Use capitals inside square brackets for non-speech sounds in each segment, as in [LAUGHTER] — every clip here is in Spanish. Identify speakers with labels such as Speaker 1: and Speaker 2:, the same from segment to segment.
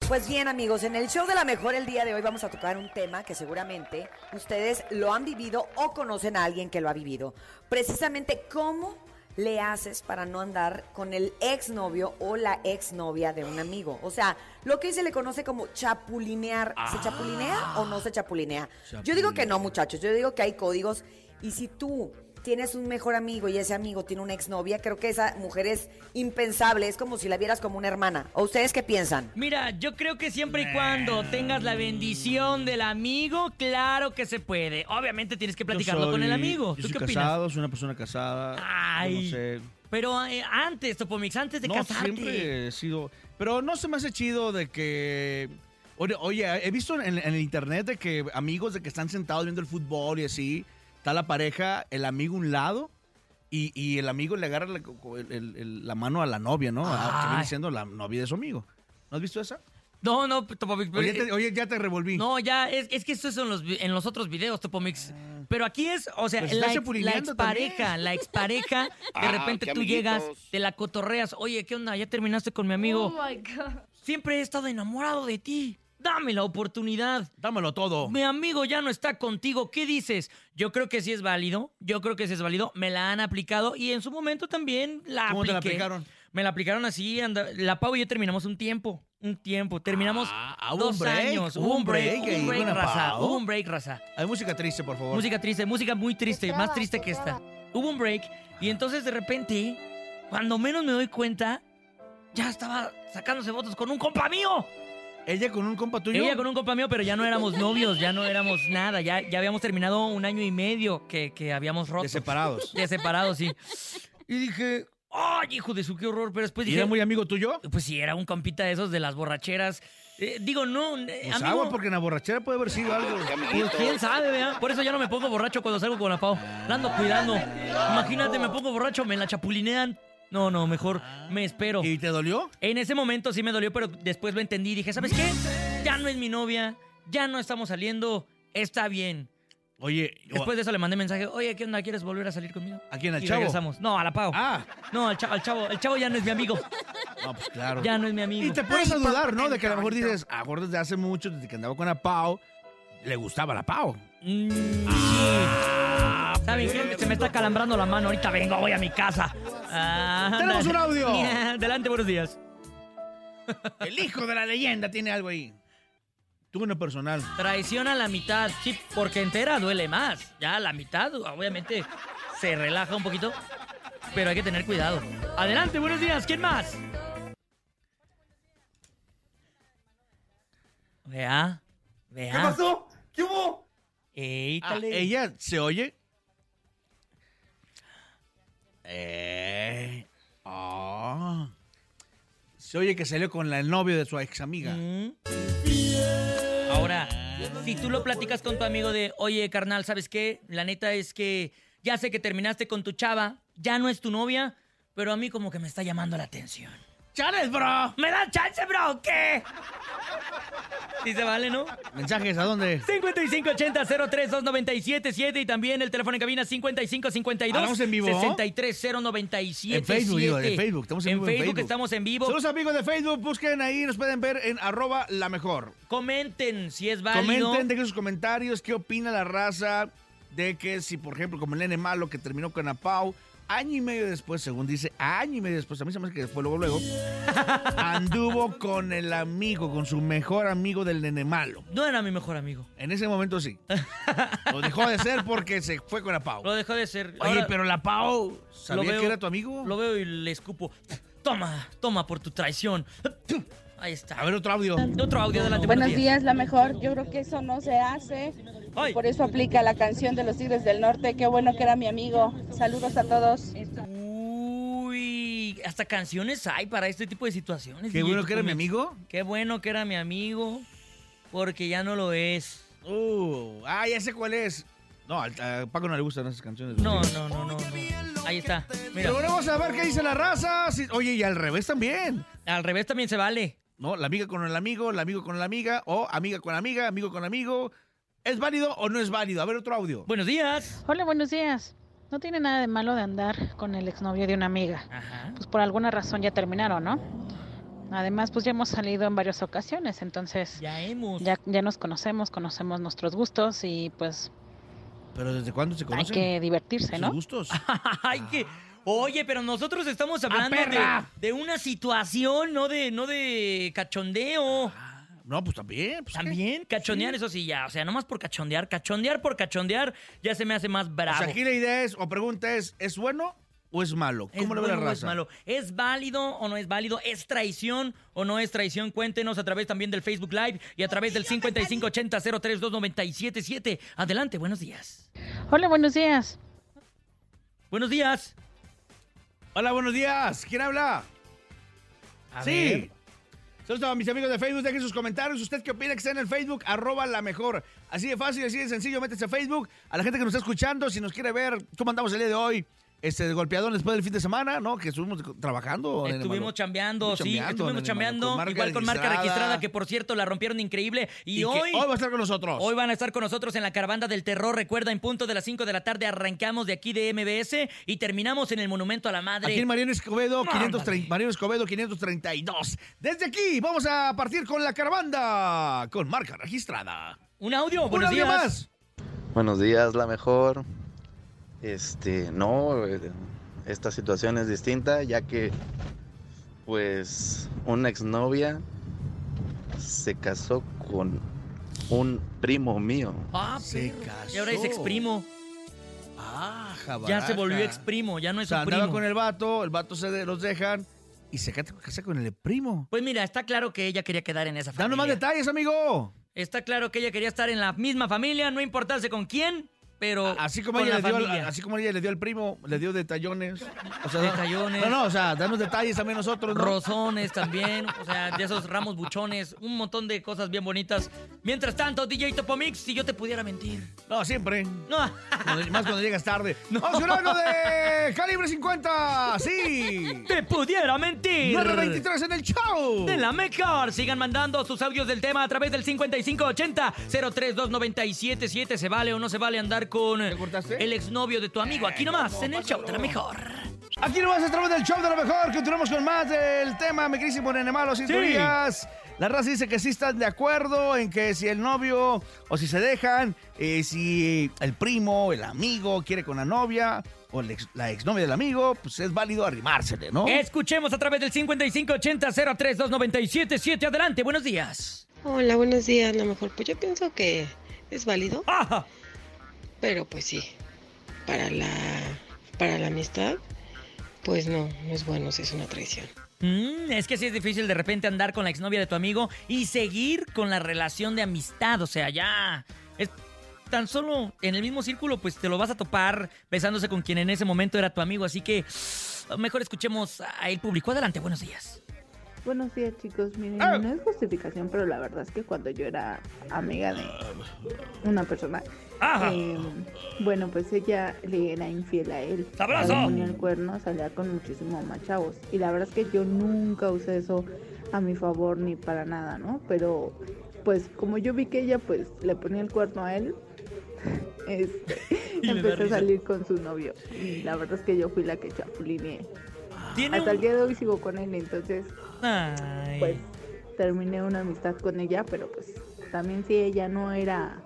Speaker 1: Pues bien amigos, en el show de la mejor el día de hoy vamos a tocar un tema que seguramente ustedes lo han vivido o conocen a alguien que lo ha vivido. Precisamente cómo le haces para no andar con el exnovio o la exnovia de un amigo. O sea, lo que hoy se le conoce como chapulinear. ¿Se chapulinea o no se chapulinea? Yo digo que no muchachos, yo digo que hay códigos y si tú tienes un mejor amigo y ese amigo tiene una exnovia, creo que esa mujer es impensable, es como si la vieras como una hermana. ¿O ustedes qué piensan?
Speaker 2: Mira, yo creo que siempre y cuando tengas la bendición del amigo, claro que se puede. Obviamente tienes que
Speaker 3: Yo
Speaker 2: platicarlo
Speaker 3: soy-
Speaker 2: con el amigo.
Speaker 3: yo
Speaker 2: ¿Tú
Speaker 3: soy
Speaker 2: qué opinas?
Speaker 3: casado, soy una persona casada.
Speaker 2: Ay,
Speaker 3: yo no sé.
Speaker 2: Pero eh, antes, Topomix, antes de
Speaker 3: No,
Speaker 2: casarte.
Speaker 3: siempre he sido. Pero no se me hace chido de que. Oye, oye, he visto en, en el internet de que amigos de que están sentados viendo el fútbol y así, está la pareja, el amigo a un lado. Y, y el amigo le agarra la, el- el- el- la mano a la novia, ¿no? A- que
Speaker 2: Ay.
Speaker 3: viene siendo la novia de su amigo. ¿No has visto esa?
Speaker 2: No, no, Topomix. pero- eh,
Speaker 3: Oye, ya te, oye, ya te revolví.
Speaker 2: No, ya, es, es que esto es en los, vi- en los otros videos, Topomix. Pero aquí es, o sea, la,
Speaker 3: Ah. Pues estás
Speaker 2: ex- la
Speaker 3: chapulineando
Speaker 2: expareja, la
Speaker 3: [LAUGHS]
Speaker 2: expareja, de
Speaker 4: Ah,
Speaker 2: repente
Speaker 4: qué
Speaker 2: tú llegas,
Speaker 4: amiguitos.
Speaker 2: te la cotorreas, oye, ¿qué onda? Ya terminaste con mi amigo.
Speaker 5: Uh.
Speaker 6: Oh my God.
Speaker 2: Siempre he estado enamorado de ti. Dame la oportunidad.
Speaker 3: Dámelo todo.
Speaker 2: Mi amigo ya no está contigo. ¿Qué dices? Yo creo que sí es válido. Yo creo que sí es válido. Me la han aplicado y en su momento también la
Speaker 3: ¿Cómo te la
Speaker 2: apliqué.
Speaker 3: aplicaron?
Speaker 2: Me la aplicaron así. anda- La Pau y yo terminamos un tiempo. Un tiempo. Terminamos
Speaker 3: Ah, hubo un
Speaker 2: dos
Speaker 3: break,
Speaker 2: años.
Speaker 3: hubo
Speaker 2: Hubo un
Speaker 3: un
Speaker 2: break.
Speaker 3: break
Speaker 2: un
Speaker 3: ahí
Speaker 2: break,
Speaker 3: con la
Speaker 2: raza.
Speaker 3: Pau.
Speaker 2: Hubo un break, raza.
Speaker 3: Hay música triste, por favor.
Speaker 2: Música triste, música muy triste,
Speaker 5: Te
Speaker 2: más
Speaker 5: trabas,
Speaker 2: triste
Speaker 5: te
Speaker 2: que esta.
Speaker 5: trabas.
Speaker 2: Hubo un break y entonces de repente, cuando menos me doy cuenta, ya estaba sacándose votos con un compa mío.
Speaker 3: Ella con un compa tuyo.
Speaker 2: Ella con un compa mío, pero ya no éramos novios, ya no éramos nada, ya, ya habíamos terminado un año y medio que, que habíamos roto.
Speaker 3: De separados.
Speaker 2: De separados, sí. [LAUGHS] Y dije, ¡ay, hijo de su, qué horror! Pero después
Speaker 3: ¿Y
Speaker 2: dije,
Speaker 3: era muy amigo tuyo?
Speaker 2: pues sí, era un compita de esos de las borracheras. Eh, digo, no, eh,
Speaker 3: Pues
Speaker 2: amigo,
Speaker 3: agua, porque en la borrachera puede haber sido algo.
Speaker 4: Qué
Speaker 2: pues,
Speaker 4: amiguitos.
Speaker 2: quién sabe, ¿verdad? Por eso ya no me pongo borracho cuando salgo con la Pau. La ando cuidando. Imagínate, me pongo borracho, me la chapulinean. No, no, mejor me espero.
Speaker 3: ¿Y te dolió?
Speaker 2: En ese momento sí me dolió, pero después lo entendí y dije, ¿sabes qué? Ya no es mi novia, ya no estamos saliendo, está bien.
Speaker 3: Oye, o-
Speaker 2: Después de eso le mandé mensaje, oye, ¿qué onda? ¿Quieres volver a salir conmigo?
Speaker 3: ¿a quién? ¿Al
Speaker 2: y
Speaker 3: chavo?
Speaker 2: regresamos. No, a la Pau.
Speaker 3: Ah,
Speaker 2: No, al chavo, al chavo. El chavo ya no es mi amigo.
Speaker 3: no, pues claro.
Speaker 2: Ya no es mi
Speaker 3: y
Speaker 2: amigo.
Speaker 3: te pones a dudar, ¿no? De que a lo mejor dices, a lo mejor desde hace mucho, desde que andaba con la Pau, le gustaba
Speaker 2: [LAUGHS]
Speaker 3: la Pau.
Speaker 2: Mm, sí. ¿Saben qué? Se me está calambrando la mano. Ahorita vengo, voy a mi casa. Ah,
Speaker 3: ¡Tenemos un
Speaker 2: ándale.
Speaker 3: audio!
Speaker 2: [LAUGHS] Adelante, buenos días.
Speaker 3: El hijo de la leyenda tiene algo ahí. Tú en lo personal.
Speaker 2: Traición a la mitad, sí, porque entera duele más. Ya la mitad, obviamente, se relaja un poquito, pero hay que tener cuidado. Adelante, buenos días, ¿quién más? Vea, vea. ¿Qué pasó? ¿Qué hubo?
Speaker 3: Ah, ¿Ella se oye? Eh. ah. Se oye que salió con la- el novio de su ex amiga.
Speaker 2: Mm. Ahora, si tú lo platicas con tu amigo de, oye, carnal, ¿sabes qué? La neta es que ya sé que terminaste con tu chava, ya no es tu novia, pero a mí como que me está llamando la atención.
Speaker 3: ¡Chales, bro!
Speaker 2: ¿Me da chance, bro? o ¿Qué? Sí se vale, ¿no?
Speaker 3: ¿Mensajes a
Speaker 2: [LAUGHS]
Speaker 3: dónde?
Speaker 2: 5580-032977 y también el teléfono en cabina
Speaker 3: ¿Hablamos en vivo?
Speaker 2: 5552-630977.
Speaker 3: En Facebook, digo, en Facebook, estamos en vivo en Facebook.
Speaker 2: estamos en vivo.
Speaker 3: Saludos amigos de Facebook, busquen ahí, nos pueden ver en arroba la mejor.
Speaker 2: Comenten si es válido.
Speaker 3: Comenten, dejen sus comentarios, qué opina la raza de que si, por ejemplo, como el nene malo que terminó con la Pau, año y medio después, según dice, año y medio después, a mí se me hace que después, luego,
Speaker 2: [LAUGHS]
Speaker 3: luego, anduvo con el amigo, con su mejor amigo del nene malo.
Speaker 2: No era mi mejor amigo.
Speaker 3: En ese momento sí. Lo dejó de ser porque se fue con la Pau.
Speaker 2: Lo dejó de ser.
Speaker 3: Oye,
Speaker 2: Ahora
Speaker 3: pero la Pau,
Speaker 2: lo
Speaker 3: ¿sabía
Speaker 2: veo-
Speaker 3: que era tu amigo?
Speaker 2: Lo veo y le escupo. Toma, toma por tu traición. Ahí está.
Speaker 3: A ver, otro audio.
Speaker 2: Otro audio adelante.
Speaker 7: Buenos días, la mejor. Yo creo que eso no se hace.
Speaker 2: Ay.
Speaker 7: Por eso aplica la canción de los Tigres del Norte. Qué bueno que era mi amigo. Saludos a todos.
Speaker 2: Uy, hasta canciones hay para este tipo de situaciones.
Speaker 3: Qué
Speaker 2: DJ
Speaker 3: bueno que era mi
Speaker 2: Tucumán.
Speaker 3: amigo.
Speaker 2: Qué bueno que era mi amigo, porque ya no lo es.
Speaker 3: Uh, ah, ya sé cuál es. No, al- a Paco no le gustan esas canciones.
Speaker 2: No,
Speaker 3: Sí.
Speaker 2: no, no, no. no. Ahí está. Mira,
Speaker 3: Pero volvemos a ver qué dice la raza. Sí, oye, y al revés también.
Speaker 2: al revés también se vale.
Speaker 3: ¿No? La amiga con el amigo, el amigo con la amiga, o amiga con amiga, amigo con amigo. ¿Es válido o no es válido? A ver, otro audio.
Speaker 2: Buenos días.
Speaker 8: Hola, buenos días. No tiene nada de malo de andar con el exnovio de una amiga.
Speaker 2: Ajá.
Speaker 8: Pues por alguna razón ya terminaron, ¿no? Además, pues ya hemos salido en varias ocasiones, entonces
Speaker 2: Ya hemos.
Speaker 8: ya, ya nos conocemos, conocemos nuestros gustos y pues
Speaker 3: Pero ¿desde cuándo se
Speaker 8: hay
Speaker 3: conocen?
Speaker 8: que divertirse,
Speaker 3: ¿Sus
Speaker 2: [LAUGHS]
Speaker 8: ¿no?
Speaker 3: gustos?
Speaker 2: Ay, que. Oye, pero nosotros estamos hablando de,
Speaker 3: perra!
Speaker 2: de una situación, no de, no de cachondeo.
Speaker 3: No, pues también. Pues, ¿qué?
Speaker 2: También, cachondear, eso sí, ya. O sea, nomás por cachondear, cachondear por cachondear, ya se me hace más
Speaker 3: O
Speaker 2: bravo.
Speaker 3: sea, aquí la idea es, o pregunta es, ¿es bueno o es malo?
Speaker 2: ¿Es
Speaker 3: ¿Cómo le ve la
Speaker 2: bueno o
Speaker 3: raza?
Speaker 2: ¿Es malo? ¿Es válido o no es válido? ¿Es traición o no es traición? Cuéntenos a través también del Facebook Live y a través del 5580-032977. Adelante, buenos días.
Speaker 8: Hola, buenos días.
Speaker 2: Buenos días.
Speaker 3: Hola, buenos días. ¿Quién habla? sí. Saludos a mis amigos de Facebook, dejen sus comentarios. ¿Usted qué opina que está en el Facebook? Arroba la mejor. Así de fácil, así de sencillo. Métese a Facebook. A la gente que nos está escuchando, si nos quiere ver cómo andamos el día de hoy. Este, golpeador después del fin de semana, ¿no? Que estuvimos trabajando. nene
Speaker 2: Estuvimos
Speaker 3: malo.
Speaker 2: chambeando, sí,
Speaker 3: chambeando,
Speaker 2: estuvimos
Speaker 3: nene
Speaker 2: chambeando,
Speaker 3: malo,
Speaker 2: igual con marca registrada, que por cierto la rompieron increíble. Y,
Speaker 3: y que
Speaker 2: hoy,
Speaker 3: hoy va a estar con nosotros.
Speaker 2: hoy van a estar con nosotros en la caravana del terror. Recuerda, en punto de las 5 de la tarde arrancamos de aquí de MBS y terminamos en el Monumento a la Madre.
Speaker 3: Aquí en Mariano Escobedo,
Speaker 2: Ándale.
Speaker 3: 530, Mariano Escobedo 532. Desde aquí vamos a partir con la caravanda con marca registrada.
Speaker 2: Un audio,
Speaker 3: Un
Speaker 2: buenos
Speaker 3: audio
Speaker 2: días.
Speaker 3: más.
Speaker 4: Buenos días, la mejor. Este, no, eh, esta situación es distinta, ya que, pues, una exnovia se casó con un primo mío.
Speaker 2: Ah,
Speaker 3: Se
Speaker 2: perro.
Speaker 3: casó.
Speaker 2: Y ahora es exprimo.
Speaker 3: Ah,
Speaker 2: Ya se volvió
Speaker 3: jabaraja.
Speaker 2: exprimo, ya no
Speaker 3: O
Speaker 2: es
Speaker 3: sea,
Speaker 2: su
Speaker 3: andaba
Speaker 2: primo.
Speaker 3: con el vato, el vato se de- los dejan y se casa casa con el primo.
Speaker 2: Pues mira, está claro que ella quería quedar en esa familia.
Speaker 3: Danos más detalles, amigo.
Speaker 2: Está claro que ella quería estar en la misma familia, no importarse con quién, pero
Speaker 3: Así como,
Speaker 2: con
Speaker 3: ella
Speaker 2: la
Speaker 3: le dio al,
Speaker 2: familia.
Speaker 3: así como ella le dio al primo, le dio detallones. O sea,
Speaker 2: Detallones.
Speaker 3: No, no, o sea, danos detalles también nosotros. ¿no?
Speaker 2: Rosones
Speaker 3: [LAUGHS]
Speaker 2: también, o sea, de esos ramos buchones, un montón de cosas bien bonitas. Mientras tanto, DJ Topomix, si yo te pudiera mentir.
Speaker 3: No,
Speaker 2: [LAUGHS]
Speaker 3: siempre.
Speaker 2: No,
Speaker 3: Cuando- más cuando
Speaker 2: [LAUGHS]
Speaker 3: llegas tarde. ¡Vamos con algo de calibre 50! ¡Sí!
Speaker 2: [LAUGHS] te pudiera mentir.
Speaker 3: 923 en el show.
Speaker 2: De la mejor. Sigan mandando sus audios del tema a través del 5580-032977. ¿Se vale o no se vale andar con eh,
Speaker 3: ¿Te cortaste? Eh,
Speaker 2: el exnovio de tu amigo? Aquí nomás, en el show de la mejor.
Speaker 3: Aquí nomás estamos del show de lo mejor. Continuamos con más del tema, mi querísimo nene malo, cinturillas. La raza dice que sí están de acuerdo en que si el novio o si se dejan, eh, si el primo, el amigo quiere con la novia o el ex- la exnovia del amigo, pues es válido arrimársele, ¿no?
Speaker 2: Escuchemos a través del 5580-032977. Adelante, buenos días.
Speaker 6: Hola, buenos días. A lo mejor, pues yo pienso que es válido,
Speaker 2: ¡Ah!
Speaker 6: pero pues sí, para la, para la amistad, pues no, no es bueno, sí es una traición.
Speaker 2: Mm, es que sí es difícil de repente andar con la exnovia de tu amigo y seguir con la relación de amistad. O sea, ya. Es tan solo en el mismo círculo, pues te lo vas a topar besándose con quien en ese momento era tu amigo. Así que mejor escuchemos a el público. Adelante, buenos días.
Speaker 5: Buenos días chicos, miren,
Speaker 3: Ah.
Speaker 5: no es justificación, pero la verdad es que cuando yo era amiga de una persona,
Speaker 2: Ah. ¡Ajá!
Speaker 5: eh, bueno, pues ella le era infiel a él.
Speaker 2: ¡Sabroso!
Speaker 5: Cuando ponía el cuerno, salía con muchísimo más chavos. Y la verdad es que yo nunca usé eso a mi favor ni para nada, ¿no? Pero pues como yo vi que ella pues le ponía el cuerno a él, [LAUGHS] este,
Speaker 2: [LAUGHS] Y le da
Speaker 5: empecé a
Speaker 2: risa.
Speaker 5: salir con su novio. Y la verdad es que yo fui la que chapulineé.
Speaker 2: Tiene
Speaker 5: Hasta el
Speaker 2: un.
Speaker 5: día de hoy sigo con él, entonces
Speaker 2: Ay.
Speaker 5: pues terminé una amistad con ella, pero pues también si ella no era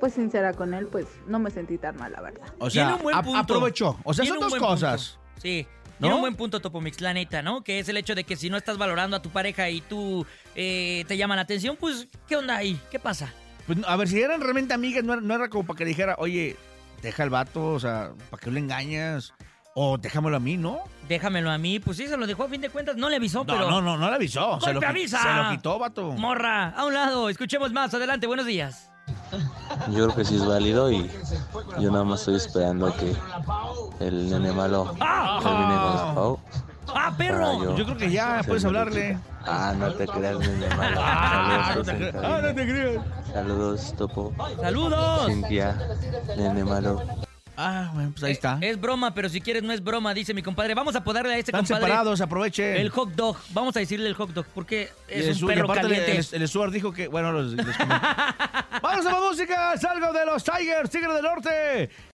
Speaker 5: pues sincera con él, pues no me sentí tan mal, la verdad.
Speaker 3: O
Speaker 2: Tiene
Speaker 3: sea,
Speaker 2: un buen
Speaker 3: ap-
Speaker 2: punto.
Speaker 3: aprovechó. O sea,
Speaker 2: Tiene
Speaker 3: son
Speaker 2: un
Speaker 3: dos
Speaker 2: buen
Speaker 3: cosas.
Speaker 2: punto. Sí.
Speaker 3: ¿No?
Speaker 2: Tiene un buen punto, Topomix, la neta, ¿no? Que es el hecho de que si no estás valorando a tu pareja y tú eh, te llaman la atención, pues, ¿qué onda ahí? ¿Qué pasa?
Speaker 3: Pues, a ver, si eran realmente amigas, no era, no era como para que le dijera, oye, deja al vato, o sea, ¿para qué le engañas? O déjamelo a mí, ¿no?
Speaker 2: Déjamelo a mí. Pues sí, se lo dejó a fin de cuentas. No le avisó,
Speaker 3: No,
Speaker 2: pero.
Speaker 3: no, no, no le avisó. Se lo,
Speaker 2: ¡Golpe
Speaker 3: qui-
Speaker 2: avisa!
Speaker 3: se lo quitó, vato.
Speaker 2: Morra, a un lado. Escuchemos más. Adelante, buenos días.
Speaker 9: Yo creo que sí es válido y yo nada más estoy esperando a que el nene malo
Speaker 2: ¡Ah!
Speaker 9: termine con la Pau.
Speaker 2: ¡Ah,
Speaker 9: para
Speaker 2: perro!
Speaker 3: Yo creo que ya
Speaker 9: hacerme
Speaker 3: puedes hablarle.
Speaker 9: riquito. Ah, no te creas, nene malo.
Speaker 3: Ah, no
Speaker 9: Saludos,
Speaker 3: te
Speaker 9: José
Speaker 3: creas. Ah, no
Speaker 9: Karina.
Speaker 3: te creas.
Speaker 9: Saludos, Topo.
Speaker 2: ¡Saludos!
Speaker 9: Cintia, nene malo.
Speaker 3: Ah, bueno, pues ahí está.
Speaker 2: Es broma, pero si quieres no es broma, dice mi compadre. Vamos a podarle a Eh, este
Speaker 3: Están
Speaker 2: compadre
Speaker 3: separados, aproveche.
Speaker 2: el hot dog. Vamos a decirle el hot dog porque
Speaker 3: Y
Speaker 2: es
Speaker 3: el
Speaker 2: un
Speaker 3: Stuart- y
Speaker 2: perro
Speaker 3: aparte
Speaker 2: caliente.
Speaker 3: El, el, el Stuart
Speaker 2: [LAUGHS]
Speaker 3: dijo que. Bueno, los, los comentarios. Vamos a la música. Salgo de los Tigers, Tigres del Norte.